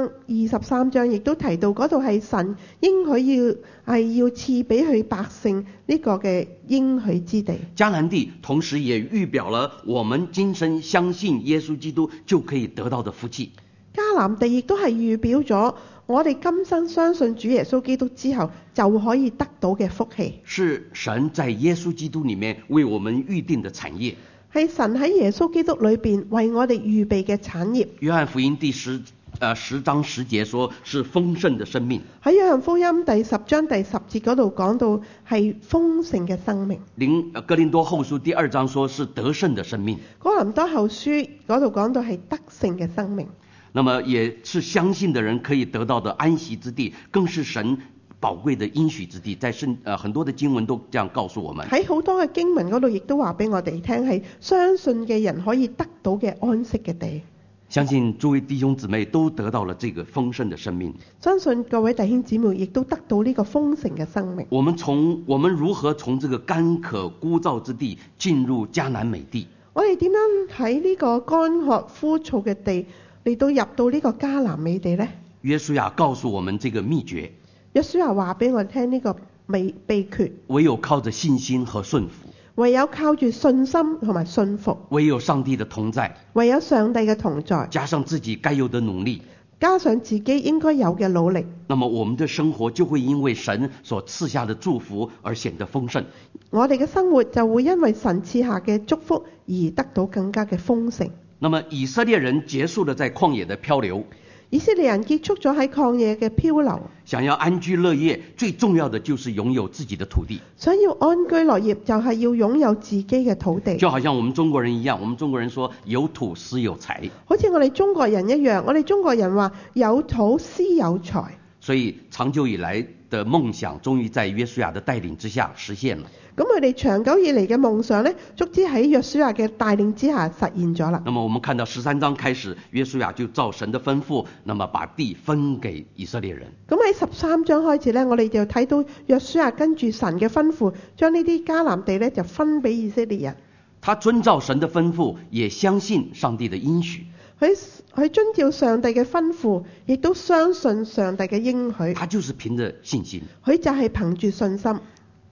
Speaker 1: 二十三章，亦都提到嗰度係神應許要係要賜俾佢百姓呢個嘅應許之地。
Speaker 2: 迦南地，同时也预表了我们今生相信耶稣基督就可以得到的福气。
Speaker 1: 迦南地亦都係預表咗我哋今生相信主耶穌基督之後就可以得到嘅福氣，
Speaker 2: 是神在耶稣基督里面为我们预定的产业。
Speaker 1: 係神喺耶穌基督裏邊為我哋預備嘅產業。
Speaker 2: 约翰福音第十呃十章十节说是丰盛的生命。
Speaker 1: 喺約翰福音第十章第十節嗰度講到係豐盛嘅生命。
Speaker 2: 林呃哥林多后书第二章说是得胜的生命，
Speaker 1: 哥林多後書嗰度講到係得勝嘅生命。
Speaker 2: 那么也是相信的人可以得到的安息之地，更是神宝贵的应许之地。在圣呃很多的经文都这样告诉我们。
Speaker 1: 喺好多嘅經文嗰度，亦都話俾我哋聽係相信嘅人可以得到嘅安息嘅地。
Speaker 2: 相信诸位弟兄姊妹都得到了这个丰盛的生命。
Speaker 1: 相信各位弟兄姊妹亦都得到呢個豐盛嘅生命。
Speaker 2: 我们从我们如何从这个干渴枯燥之地进入迦南美地？
Speaker 1: 我哋點樣喺呢個乾渴枯燥嘅地嚟到入到呢個迦南美地呢？
Speaker 2: 约书亚告诉我们这个秘诀：
Speaker 1: 約書亞話啊俾我哋聽呢個秘秘訣，
Speaker 2: 唯有靠着信心和顺服，
Speaker 1: 唯有靠住信心同埋信服，
Speaker 2: 唯有上帝的同在，
Speaker 1: 唯有上帝嘅同在，
Speaker 2: 加上自己该有的努力，
Speaker 1: 加上自己應該有嘅努力，
Speaker 2: 那么我们的生活就会因为神所赐下的祝福而显得丰盛。
Speaker 1: 我哋嘅生活就會因為神賜下嘅祝福而得到更加嘅豐盛。
Speaker 2: 那么以色列人结束了在旷野的漂流，
Speaker 1: 以色列人結束咗喺曠野嘅漂流，
Speaker 2: 想要安居乐业，最重要的就是拥有自己的土地。
Speaker 1: 想要安居樂業就係要擁有自己嘅土地。
Speaker 2: 就好像我们中国人一样，我们中国人说有土斯有财，
Speaker 1: 好似我哋中國人一樣，我哋中國人話有土斯有財，
Speaker 2: 所以长久以来的梦想终于在约书亚的带领之下实现了。
Speaker 1: 咁佢哋長久以嚟嘅夢想呢，足之喺約書亞嘅帶領之下實現咗啦。
Speaker 2: 那么我们看到十三章开始，约书亚就照神的吩咐，那么把地分给以色列人。
Speaker 1: 咁喺十三章開始呢，我哋就睇到約書亞跟住神嘅吩咐，將呢啲迦南地呢就分俾以色列人。
Speaker 2: 他遵照神的吩咐，也相信上帝的应许，
Speaker 1: 佢佢遵照上帝嘅吩咐，亦都相信上帝嘅應許，
Speaker 2: 他就是凭着信心。
Speaker 1: 佢就係憑住信心。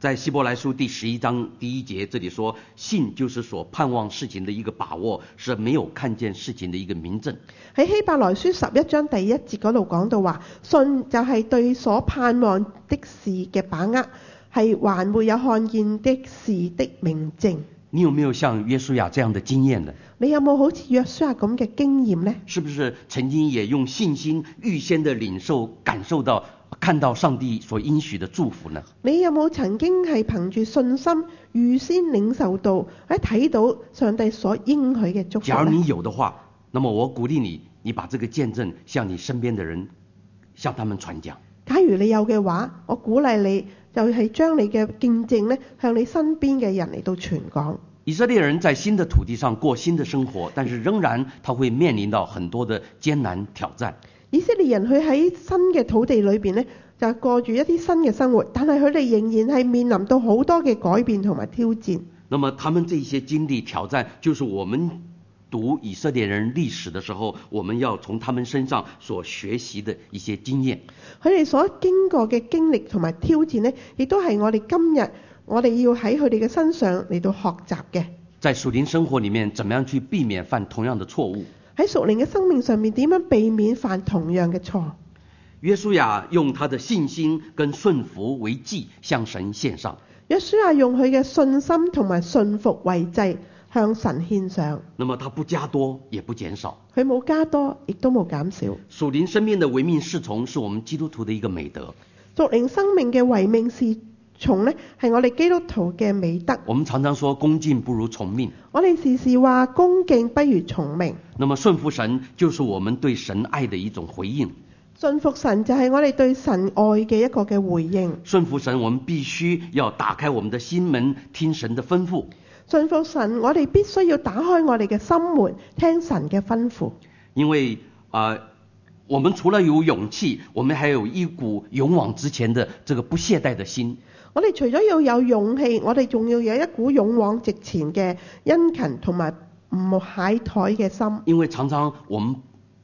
Speaker 2: 在希伯来书第十一章第一节这里说：“信就是所盼望事情的一个把握，是没有看见事情的一个明证。”
Speaker 1: 喺希伯來書十一章第一節嗰度講到話，信就係對所盼望的事嘅把握，係還沒有看見的事的明證。
Speaker 2: 你有没有像约书亚这样的经验呢？
Speaker 1: 你有冇好似約書亞咁嘅經驗呢？
Speaker 2: 是不是曾经也用信心预先的领受、感受到、看到上帝所应许的祝福呢？
Speaker 1: 你有冇曾經係憑住信心預先領受到，喺睇到上帝所應許嘅祝福
Speaker 2: 假如
Speaker 1: 呢？
Speaker 2: 你有的话，那么我鼓励你，你把这个见证向你身边的人，向他们传讲。
Speaker 1: 假如你有嘅話，我鼓勵你就就係、將你嘅見證咧向你身邊嘅人嚟到傳講。
Speaker 2: 以色列人在新的土地上过新的生活，但是仍然他会面临到很多的艰难挑战。
Speaker 1: 以色列人佢喺新嘅土地裏邊咧，就過住一啲新嘅生活，但係佢哋仍然係面臨到好多嘅改變同埋挑戰。
Speaker 2: 那么他们这些经历挑战，就是我们读以色列人历史的时候，我们要从他们身上所学习的一些经验。
Speaker 1: 佢哋所經過嘅經歷同埋挑戰呢，亦都係我哋今日我哋要喺佢哋嘅身上嚟到學習嘅。
Speaker 2: 在属灵生活里面，怎么样去避免犯同样的错误？
Speaker 1: 喺屬靈嘅生命上面，點樣避免犯同樣嘅錯？
Speaker 2: 约书亚用他的信心跟顺服为祭，向神献上。
Speaker 1: 約書亞用佢嘅信心同埋信服為祭，向神獻上。
Speaker 2: 那么他不加多，也不减少。
Speaker 1: 佢冇加多，亦都冇減少。
Speaker 2: 属灵生命的唯命是从，是我们基督徒的一个美德。
Speaker 1: 屬靈生命嘅唯命是從呢，係我哋基督徒嘅美德。
Speaker 2: 我们常常说恭敬不如从命，
Speaker 1: 我哋時時話恭敬不如從命，
Speaker 2: 那么顺服神就是我们对神爱的一种回应。
Speaker 1: 信服神就係我哋對神愛嘅一個嘅回應。
Speaker 2: 顺服神，我们必须要打开我们的心门，听神的吩咐。
Speaker 1: 信服神，我哋必須要打開我哋嘅心門，聽神嘅吩咐。
Speaker 2: 因为啊、呃我们除了有勇气，我们还有一股勇往直前的这个不懈怠的心。
Speaker 1: 我哋除咗要有勇氣，我哋仲要有一股勇往直前嘅殷勤同埋唔懈怠嘅心。
Speaker 2: 因为常常我们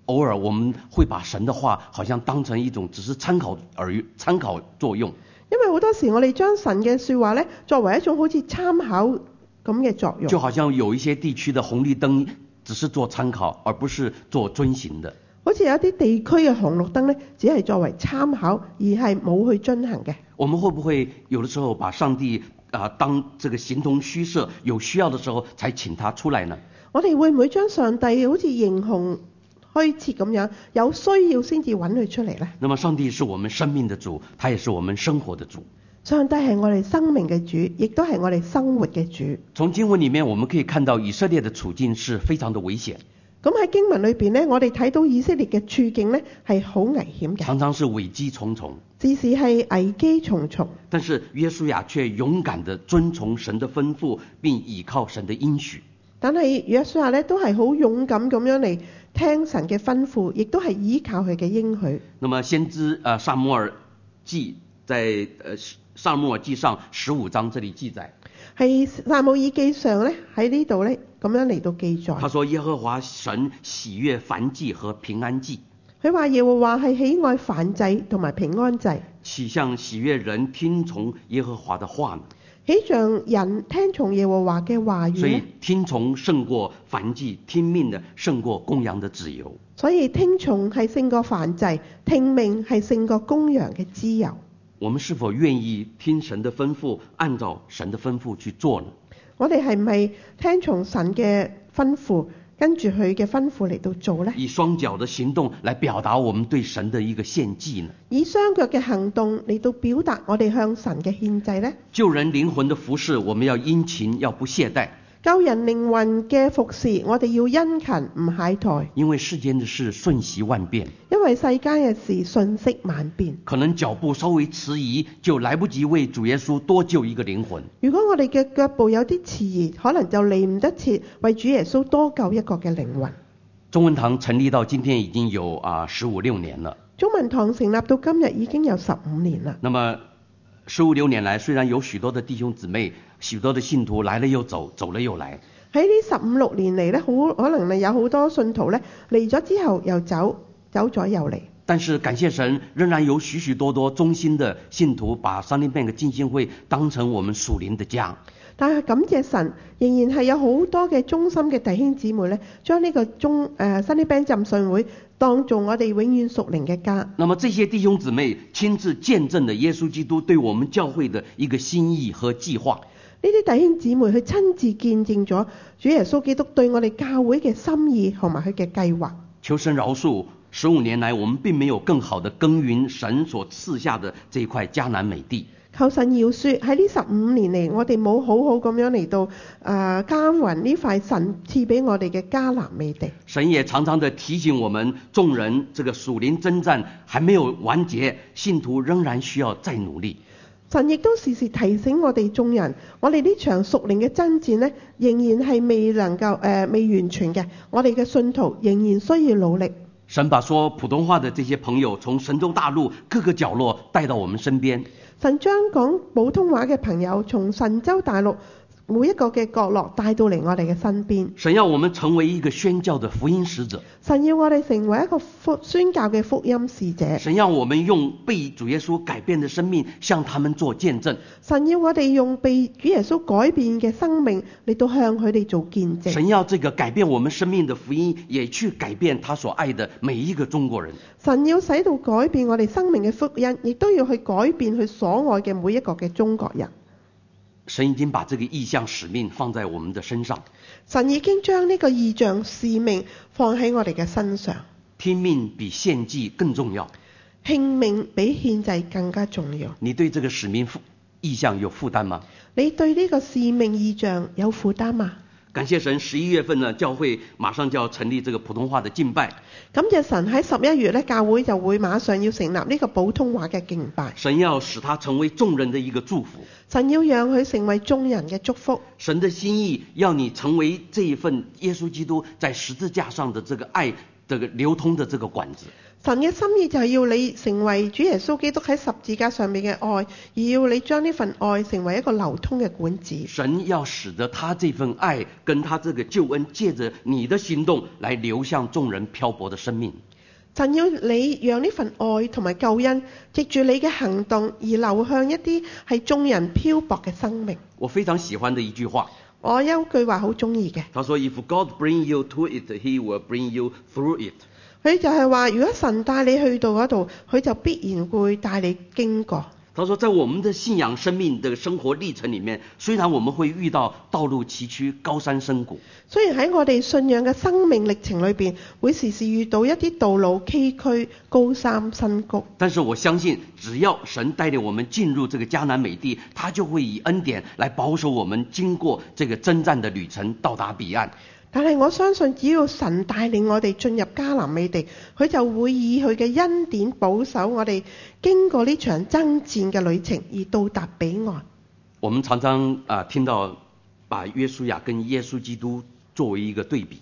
Speaker 2: 偶尔我们会把神的话好像当成一种只是参考而参考作用。
Speaker 1: 因為好多時我哋將神嘅説話咧作為一種好似參考咁嘅作用
Speaker 2: 就，好像有一些地区的红绿灯只是做参考，而不是做遵行的。
Speaker 1: 好似有一啲地區嘅紅綠燈咧，只係作為參考，而係冇去進行嘅。
Speaker 2: 我们会不会有的时候把上帝啊、当这个形同虚设，有需要的时候才请他出来呢？
Speaker 1: 我哋會唔會將上帝好似形紅虛設咁樣，有需要先至揾佢出嚟呢？
Speaker 2: 那么上帝是我们生命的主，他也是我们生活的主。
Speaker 1: 上帝係我哋生命嘅主，亦都係我哋生活嘅主。
Speaker 2: 从经文里面我们可以看到以色列的处境是非常的危险，
Speaker 1: 咁喺經文裏邊呢，我哋睇到以色列嘅處境呢係好危險嘅，
Speaker 2: 常常是危机重重。
Speaker 1: 至是係危機重重。
Speaker 2: 但是约书亚却勇敢地遵从神的吩咐，并倚靠神的应许。
Speaker 1: 但係約書亞呢都係好勇敢咁樣嚟聽神嘅吩咐，亦都係依靠佢嘅應許。
Speaker 2: 那么先知呃萨摩尔记在呃萨摩尔记上十五章这里记载，
Speaker 1: 係撒母耳記上呢，喺呢度呢咁樣嚟到記
Speaker 2: 他
Speaker 1: 載，
Speaker 2: 说耶和华神喜悦燔祭和平安祭，
Speaker 1: 佢話耶和華係喜愛燔祭同埋平安祭，
Speaker 2: 岂像喜悦人听从耶和华的话呢？
Speaker 1: 喜像人聽從耶和華嘅話語
Speaker 2: 所以
Speaker 1: 呢，
Speaker 2: 听从胜过燔祭，听命的胜过公羊的自由。
Speaker 1: 所以聽從係勝過燔祭，聽命係勝過公羊嘅自由。
Speaker 2: 我们是否愿意听神的吩咐，按照神的吩咐去做呢？
Speaker 1: 我哋係咪聽從神嘅吩咐，跟住佢嘅吩咐嚟到做呢？
Speaker 2: 以双脚的行动来表达我们对神的一个献祭呢？
Speaker 1: 以雙腳嘅行動嚟到表達我哋向神嘅獻祭呢？
Speaker 2: 救人灵魂的服饰，我们要殷勤，要不懈怠，
Speaker 1: 救人靈魂嘅服侍，我哋要殷勤唔懈怠，
Speaker 2: 因为世间的事瞬息万变，
Speaker 1: 因為世間嘅事瞬息萬變。
Speaker 2: 可能脚步稍微迟疑，就来不及为主耶稣多救一个灵魂。
Speaker 1: 如果我哋嘅腳步有啲遲疑，可能就嚟唔得切為主耶穌多救一個嘅靈魂。
Speaker 2: 中文堂成立到今天已经有啊十五六年了，
Speaker 1: 中文堂成立到今日已經有十五年啦。
Speaker 2: 那么十五六年来，虽然有许多的弟兄姊妹、许多的信徒来了又走，走了又来，
Speaker 1: 喺呢十五六年嚟呢，好可能你有好多信徒呢嚟咗之後又走，走咗又嚟。
Speaker 2: 但是感谢神，仍然有许许多多忠心的信徒把三林半个浸信会当成我们属灵的家。
Speaker 1: 但係感謝神，仍然係有好多嘅忠心嘅弟兄姊妹咧，將呢個中誒 Sunny Band 浸信會當做我哋永遠屬靈嘅家。
Speaker 2: 那么这些弟兄姊妹亲自见证了耶稣基督对我们教会的一个心意和计划。
Speaker 1: 呢啲弟兄姊妹佢親自見證咗主耶穌基督對我哋教會嘅心意同埋佢嘅計劃。
Speaker 2: 求神饶恕，十五年来我们并没有更好的耕耘神所赐下的这一块迦南美地。
Speaker 1: 求神饒恕喺呢十五年嚟，我哋冇好好咁樣嚟到誒、呃、耕耘呢塊神賜俾我哋嘅迦南美地。
Speaker 2: 神也常常的提醒我们，众人这个属灵征战还没有完结，信徒仍然需要再努力。
Speaker 1: 神亦都時時提醒我哋眾人，我哋呢場屬靈嘅爭戰呢，仍然係未能夠誒、呃未完全嘅，我哋嘅信徒仍然需要努力。
Speaker 2: 神把说普通话的这些朋友从神州大陆各个角落带到我们身边，
Speaker 1: 神將講普通話嘅朋友從神州大陸每一個嘅角落帶到嚟我哋嘅身邊。
Speaker 2: 神要我们成为一个宣教的福音使者，
Speaker 1: 神要我哋成為一個福宣教嘅福音使者。
Speaker 2: 神要我们用被主耶稣改变的生命向他们做见证，
Speaker 1: 神要我哋用被主耶穌改變嘅生命嚟到向佢哋做見證。
Speaker 2: 神要这个改变我们生命的福音也去改变他所爱的每一个中国人。
Speaker 1: 神要使到改變我哋生命嘅福音，亦都要去改變佢所愛嘅每一個嘅中國人。
Speaker 2: 神已经把这个意向使命放在我们的身上，
Speaker 1: 神已經將呢個異象使命放喺我哋嘅身上，
Speaker 2: 听命比献祭更重要。
Speaker 1: 慶命比獻祭更加重要。
Speaker 2: 你对这个使命负意向有负担吗？
Speaker 1: 你對呢個使命異象有負擔嗎？
Speaker 2: 感谢神，十一月份呢，教会马上就要成立这个普通话的敬拜。
Speaker 1: 感謝神喺十一月咧，教會就會馬上要成立呢個普通話嘅敬拜。
Speaker 2: 神要使它成为众人的一个祝福，
Speaker 1: 神要讓佢成為眾人嘅祝福，
Speaker 2: 神的心意要你成为这一份耶稣基督在十字架上的这个爱这个流通的这个管子。
Speaker 1: 神嘅心意就係要你成為主耶穌基督喺十字架上面嘅愛，而要你將呢份愛成為一個流通嘅管子。
Speaker 2: 神要使得他这份爱跟他这个救恩，借着你的行动来流向众人漂泊的生命。
Speaker 1: 神要你讓呢份愛同埋救恩，藉住你嘅行動而流向一啲係眾人漂泊嘅生命。
Speaker 2: 我非常喜欢的一句话，
Speaker 1: 我有句話好中意嘅，
Speaker 2: 他说：“If God bring you to it, He will bring you through it。”
Speaker 1: 佢就係話：如果神帶你去到嗰度，佢就必然會帶你經過。
Speaker 2: 他说，在我们的信仰生命的生活历程里面，虽然我们会遇到道路崎岖、高山深谷，
Speaker 1: 雖然喺我哋信仰嘅生命歷程裏邊，會時時遇到一啲道路崎嶇、高山深谷，
Speaker 2: 但是我相信，只要神带领我们进入这个迦南美地，他就会以恩典来保守我们，经过这个征战的旅程，到达彼岸。
Speaker 1: 但係我相信，只要神帶領我哋進入迦南美地，佢就會以佢嘅恩典保守我哋經過呢場爭戰嘅旅程，而到達彼岸。
Speaker 2: 我们常常啊、听到把约书亚跟耶稣基督作为一个对比，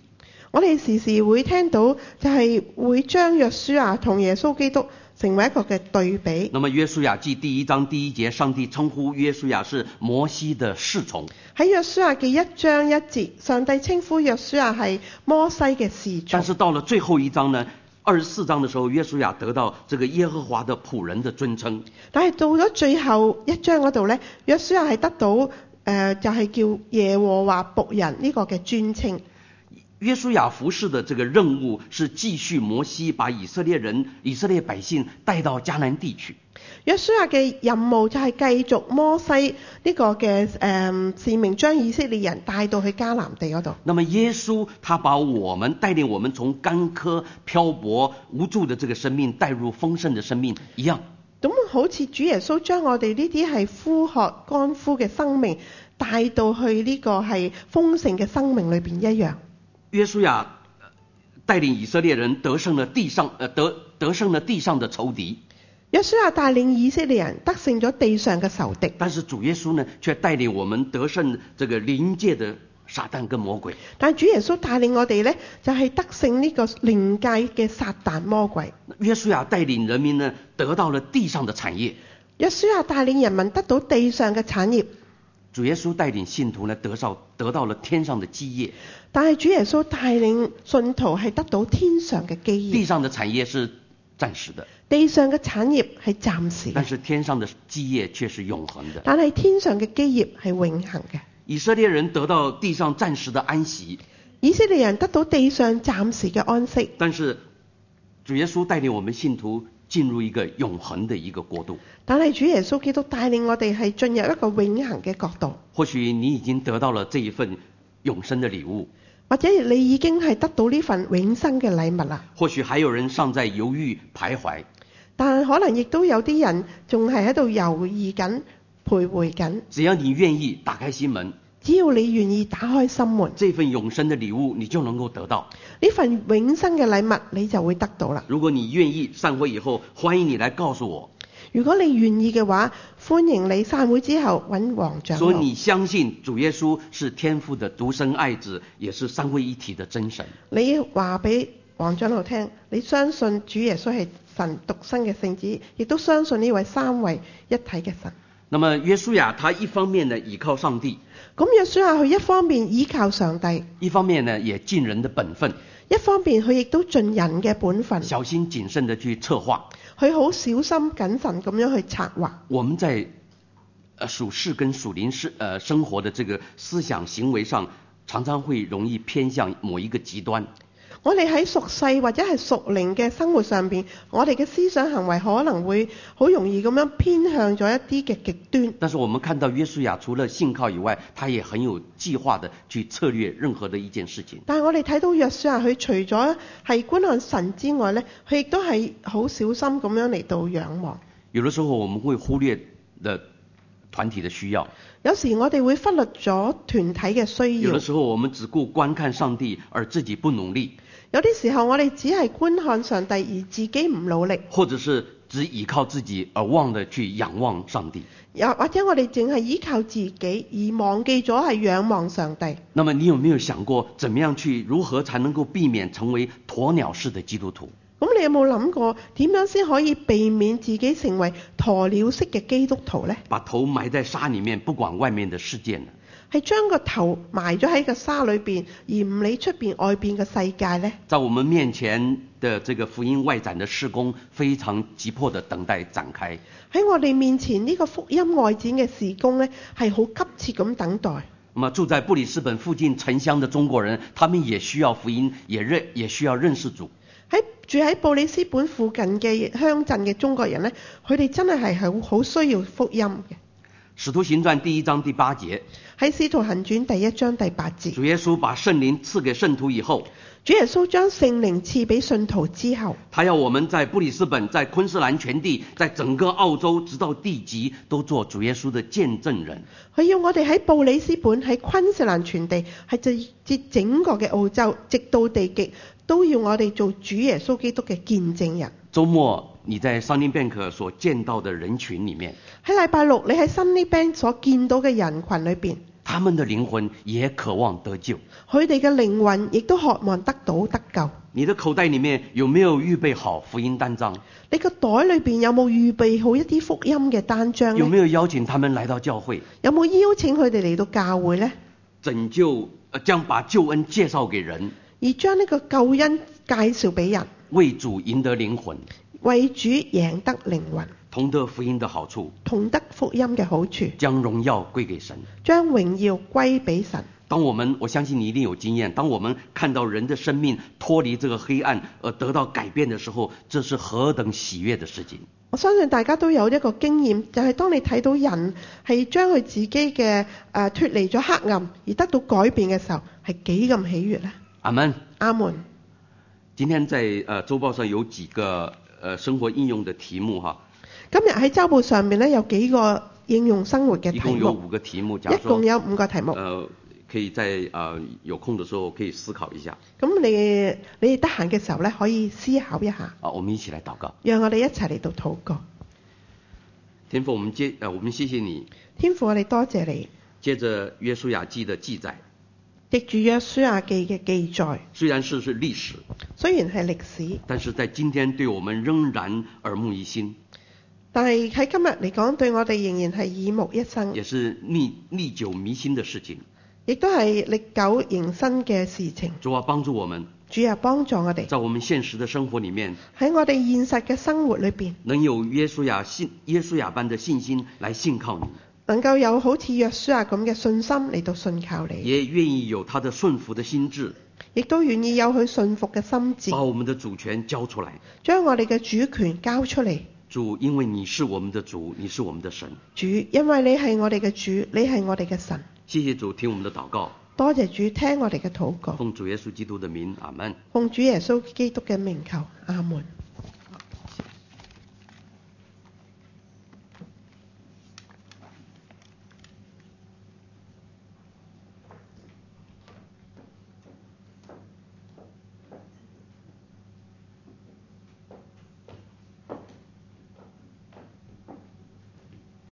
Speaker 1: 我哋時時會聽到，就係會將約書亞同耶穌基督成為一個嘅對比。
Speaker 2: 那么《约书亚记》第一章第一节，上帝称呼约书亚是摩西的侍从。
Speaker 1: 喺約書亞嘅一章一節，上帝稱呼約書亞係摩西嘅侍從。
Speaker 2: 但是到了最后一章呢，二十四章的时候，约书亚得到这个耶和华的仆人的尊称。
Speaker 1: 但係到咗最後一章嗰度呢，約書亞係得到誒、呃就係、叫耶和華仆人呢個嘅尊稱。
Speaker 2: 约书亚服侍的这个任务是继续摩西把以色列人、以色列百姓带到迦南地去。
Speaker 1: 約書亞嘅任務就係繼續摩西呢個嘅誒使命，將以色列人帶到去迦南地嗰度。
Speaker 2: 那么耶稣他把我们带领我们从干渴、漂泊、无助的这个生命带入丰盛的生命一样，
Speaker 1: 咁好似主耶穌將我哋呢啲係枯渴乾枯嘅生命帶到去呢個係豐盛嘅生命裏邊一樣。
Speaker 2: 约书亚呃带领以色列人得胜了地上呃得得胜了地上的仇敌，
Speaker 1: 約書亞帶領以色列人得勝咗地上嘅仇敵，
Speaker 2: 但是主耶稣呢，却带领我们得胜这个灵界的撒旦跟魔鬼。
Speaker 1: 但主耶穌帶領我哋呢，就係、得勝呢個靈界嘅撒旦魔鬼。
Speaker 2: 约书亚带领人民呢，得到了地上的产业；
Speaker 1: 約書亞帶領人民得到地上嘅產業，
Speaker 2: 主耶稣带领信徒呢，得到得到了天上的基业。
Speaker 1: 但係主耶穌帶領信徒係得到天上嘅基業
Speaker 2: 地。上的产业是暂时的，
Speaker 1: 地上嘅產業係暫時
Speaker 2: 但
Speaker 1: 嘅，
Speaker 2: 是天上的基业却是永恒的。
Speaker 1: 但係天上嘅基業係永恆嘅。
Speaker 2: 以色列人得到地上暂时的安息，
Speaker 1: 以色列人得到地上暫時嘅安息，
Speaker 2: 但是主耶稣带领我们信徒进入一个永恒的一个国度。
Speaker 1: 但係主耶穌基督帶領我哋係進入一個永恆嘅國度，
Speaker 2: 或许你已经得到了这一份永生的礼物，
Speaker 1: 或者你已經係得到呢份永生嘅禮物啦。
Speaker 2: 或许还有人尚在犹豫徘徊。
Speaker 1: 但係可能亦都有啲人仲係喺度猶豫緊、徘徊緊。
Speaker 2: 只要你愿意打开心门，
Speaker 1: 只要你願意打開心門，
Speaker 2: 这份永生的礼物你就能够得到。
Speaker 1: 呢份永生嘅禮物你就會得到啦。
Speaker 2: 如果你愿意，散会以后，欢迎你来告诉我。
Speaker 1: 如果你願意嘅話，歡迎你散會之後揾黃長
Speaker 2: 所以
Speaker 1: 老。
Speaker 2: 你相信主耶稣是天父的独生爱子，也是三位一体的真神。
Speaker 1: 你話俾黃長老聽，你相信主耶穌係神獨生嘅聖子，亦都相信呢位三位一體嘅神。
Speaker 2: 那么约书亚他一方面呢倚靠上帝，
Speaker 1: 咁約書亞佢一方面依靠上帝，
Speaker 2: 一方面呢也尽人的本分，
Speaker 1: 一方面佢亦都盡人嘅本分，
Speaker 2: 小心谨慎的去策划。
Speaker 1: 佢好小心謹慎咁樣去策劃。
Speaker 2: 我们在呃属世跟属灵是呃生活的这个思想行为上，常常会容易偏向某一个极端。
Speaker 1: 我哋喺屬世或者係屬靈嘅生活上邊，我哋嘅思想行為可能會好容易咁樣偏向咗一啲嘅極端。
Speaker 2: 但是我们看到约书亚除了信靠以外，他也很有计划的去策略任何的一件事情。
Speaker 1: 但係我哋睇到約書亞，佢除咗係觀看神之外呢佢亦都係好小心咁樣嚟到仰望。
Speaker 2: 有的时候我们会忽略的团体的需要，
Speaker 1: 有時我哋會忽略咗團體嘅需
Speaker 2: 有
Speaker 1: 要
Speaker 2: 的，时候我们只顾观看上帝而自己不努力，
Speaker 1: 有啲時候我哋只係觀看上帝而自己唔努力，
Speaker 2: 或者是只倚靠自己而忘了去仰望上帝。
Speaker 1: 又或者我哋淨係依靠自己而忘記咗係仰望上帝。
Speaker 2: 那么你有没有想过，怎么样去如何才能够避免成为鸵鸟式的基督徒？
Speaker 1: 咁你有冇諗過點樣先可以避免自己成為鴕鳥式嘅基督徒呢？
Speaker 2: 把头埋在沙里面，不管外面的世界呢？
Speaker 1: 係將個頭埋咗喺個沙裏邊，而唔理出邊外邊嘅世界呢？
Speaker 2: 在我们面前的这个福音外展的施工，非常急迫的等待展开。
Speaker 1: 喺我哋面前呢個福音外展嘅事工呢，係好急切咁等待。
Speaker 2: 那么住在布里斯本附近城乡的中国人，他们也需要福音，也认也需要认识主。
Speaker 1: 喺住喺布里斯本附近嘅鄉鎮嘅中國人呢，佢哋真係係好好需要福音嘅。
Speaker 2: 使徒行传第一章第八节，
Speaker 1: 喺《使徒行傳》第一章第八節，
Speaker 2: 主耶稣把圣灵赐给圣徒以后，
Speaker 1: 主耶穌將聖靈賜俾信徒之後，
Speaker 2: 他要我们在布里斯本、在昆士兰全地、在整个澳洲直到地极，都做主耶稣的见证人。
Speaker 1: 佢要我哋喺布里斯本、喺昆士蘭全地，係直至整個嘅澳洲，直到地極，都要我哋做主耶穌基督嘅見證人。
Speaker 2: 周末你在 Sunny Bank 所见到的人群里面，
Speaker 1: 喺禮拜六，你喺 Sunny Bank 所見到嘅人群裏邊，
Speaker 2: 他们的灵魂也渴望得救。
Speaker 1: 佢哋嘅靈魂亦都渴望得到得救。
Speaker 2: 你的口袋里面有没有预备好福音单张？
Speaker 1: 你個袋裏邊有冇預備好一啲福音嘅單張
Speaker 2: 有
Speaker 1: 呢？
Speaker 2: 没有邀请他们来到教会？
Speaker 1: 有冇邀請佢哋嚟到教會呢？
Speaker 2: 拯救，呃，将把救恩介绍给人，
Speaker 1: 而將呢個救恩介紹俾人，
Speaker 2: 为主赢得灵魂，
Speaker 1: 為主贏得靈魂，
Speaker 2: 同得福音的好处，
Speaker 1: 同得福音嘅好處，
Speaker 2: 将荣耀归给神。
Speaker 1: 將榮耀歸俾神。
Speaker 2: 当我们，我相信你一定有经验，当我们看到人的生命脱离这个黑暗而得到改变的时候，这是何等喜悦的事情！
Speaker 1: 我相信大家都有一個經驗，就係、當你睇到人係將佢自己嘅誒脱離咗黑暗而得到改變嘅時候，係幾咁喜悦呢？
Speaker 2: 阿门。
Speaker 1: 阿門。
Speaker 2: 今天在呃周报上有几个呃生活应用的题目哈，
Speaker 1: 今日喺周報上面咧有幾個應用生活嘅
Speaker 2: 一共
Speaker 1: 題
Speaker 2: 有
Speaker 1: 目，
Speaker 2: 五个题目，假
Speaker 1: 一
Speaker 2: 如说
Speaker 1: 共有五個題目。
Speaker 2: 呃可以在呃有空的时候可以思考一下
Speaker 1: 咁你你哋得閒嘅時候咧，可以思考一下，
Speaker 2: 啊，我们一起来祷告。
Speaker 1: 讓我哋一齊嚟到禱告。
Speaker 2: 天父，我们接呃，我们谢谢你。
Speaker 1: 天父，我哋多謝你，
Speaker 2: 接着约书亚记的记载，
Speaker 1: 藉住約書亞記嘅記載，
Speaker 2: 虽然是是历史，
Speaker 1: 雖然係歷史，
Speaker 2: 但是在今天对我们仍然耳目一新，
Speaker 1: 但係喺今日嚟講，對我哋仍然係耳目一新。
Speaker 2: 也是历历久弥新的事情。
Speaker 1: 亦都係歷久迎新嘅事情。
Speaker 2: 主啊，帮助我们
Speaker 1: 主啊，幫助我哋
Speaker 2: 在我们现实的生活里面，
Speaker 1: 喺我哋現實嘅生活裏邊，
Speaker 2: 能有约书亚信耶稣亚般的信心来信靠你，
Speaker 1: 能夠有好似約書亞咁嘅信心嚟到信靠你，
Speaker 2: 也愿意有他的顺服的心智，
Speaker 1: 亦都願意有佢信服嘅心
Speaker 2: 把
Speaker 1: 志，
Speaker 2: 我们的主权交出来。
Speaker 1: 將我哋嘅主權交出嚟。
Speaker 2: 主，因为你是我们的主，你是我们的神。
Speaker 1: 主，因為你係我哋嘅主，你係我哋嘅神。
Speaker 2: 谢谢主，听我们的祷告，
Speaker 1: 多謝主聽我哋嘅禱告，
Speaker 2: 奉主耶稣基督的名，阿门。
Speaker 1: 奉主耶穌基督嘅名求，阿門。